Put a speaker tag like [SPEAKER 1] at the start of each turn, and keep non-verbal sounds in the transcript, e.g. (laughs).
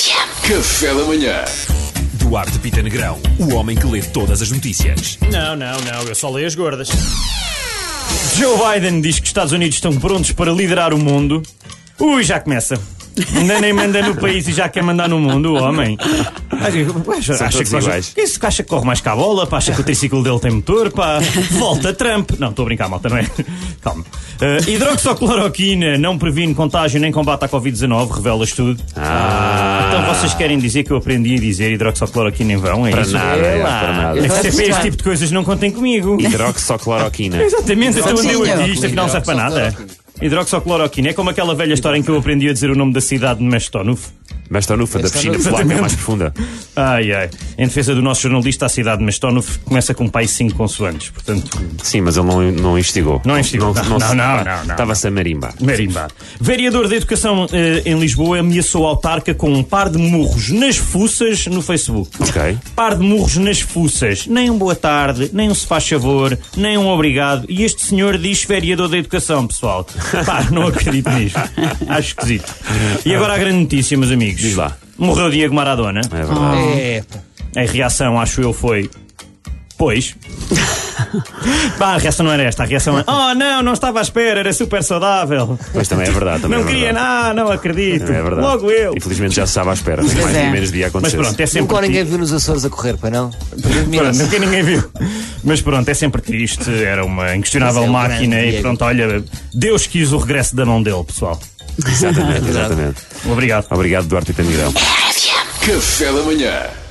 [SPEAKER 1] Café da Manhã.
[SPEAKER 2] Duarte Pita Negrão, o homem que lê todas as notícias.
[SPEAKER 3] Não, não, não, eu só leio as gordas. Joe Biden diz que os Estados Unidos estão prontos para liderar o mundo. Ui, já começa. Ainda nem manda no país e já quer mandar no mundo, o homem. Acha, acha, acha,
[SPEAKER 2] todos
[SPEAKER 3] que, nós-
[SPEAKER 2] iguais.
[SPEAKER 3] que isso, acha que corre mais que a bola, pá, acha que o triciclo dele tem motor, pá. Volta Trump. Não, estou a brincar, malta, não é? Calma. Eh, hidroxocloroquina não previne contágio nem combate à Covid-19, revela estudo.
[SPEAKER 2] Ah.
[SPEAKER 3] Então vocês querem dizer que eu aprendi a dizer hidroxocloroquina em vão? É isso?
[SPEAKER 2] nada, é, para nada.
[SPEAKER 3] É que sempre este tipo de coisas não contem comigo.
[SPEAKER 2] Hidroxocloroquina.
[SPEAKER 3] Exatamente, então andei eu aqui, isto
[SPEAKER 4] Hidroxocloroquina.
[SPEAKER 3] afinal não serve para nada. Hidroxocloroquina é como aquela velha história em que eu aprendi a dizer o nome da cidade de Mastonuf.
[SPEAKER 2] Mas está nufa da piscina polaca
[SPEAKER 3] Exatamente.
[SPEAKER 2] mais profunda.
[SPEAKER 3] Ai ai. Em defesa do nosso jornalista, a cidade de Mastonuf começa com um pai cinco consoantes, portanto,
[SPEAKER 2] Sim, mas ele não, não instigou.
[SPEAKER 3] Não instigou. Não,
[SPEAKER 2] se-
[SPEAKER 3] não, não, não.
[SPEAKER 2] Estava-se a marimba.
[SPEAKER 3] marimbado. Vereador da Educação eh, em Lisboa ameaçou a autarca com um par de murros nas fuças no Facebook.
[SPEAKER 2] Ok.
[SPEAKER 3] Par de murros nas fuças. Nem um boa tarde, nem um se faz favor, nem um obrigado. E este senhor diz vereador da educação,
[SPEAKER 2] (laughs)
[SPEAKER 3] pessoal. Pá, não acredito nisto. Acho esquisito. E agora a grande notícia, meus amigos.
[SPEAKER 2] Diz lá.
[SPEAKER 3] Morreu Diego Maradona.
[SPEAKER 2] É verdade.
[SPEAKER 4] É,
[SPEAKER 3] A reação, acho eu, foi. Pois.
[SPEAKER 2] (laughs)
[SPEAKER 3] Pá, a reação não era esta. A reação era. Oh, não, não estava à espera, era super saudável.
[SPEAKER 2] Mas também é verdade. Também
[SPEAKER 3] Oh. Não
[SPEAKER 2] é
[SPEAKER 3] queria
[SPEAKER 2] verdade.
[SPEAKER 3] nada, não acredito.
[SPEAKER 2] Também É verdade.
[SPEAKER 3] Logo eu.
[SPEAKER 2] Infelizmente já se estava à espera. Nem mais um
[SPEAKER 4] é.
[SPEAKER 2] nem menos devia
[SPEAKER 3] Mas
[SPEAKER 2] acontecer.
[SPEAKER 3] pronto, é sempre.
[SPEAKER 4] nunca ninguém
[SPEAKER 3] ti-
[SPEAKER 4] viu nos Açores a correr, para não?
[SPEAKER 3] Pronto, nunca ninguém viu. Mas pronto, é sempre triste. Era uma inquestionável
[SPEAKER 4] Mas é um
[SPEAKER 3] máquina.
[SPEAKER 4] grande
[SPEAKER 3] E
[SPEAKER 4] Diego.
[SPEAKER 3] pronto, olha, Deus quis o regresso da mão dele, pessoal.
[SPEAKER 2] Exatamente, exatamente.
[SPEAKER 3] Obrigado.
[SPEAKER 2] Obrigado, Duarte Pita Negrão.
[SPEAKER 1] Café da Manhã.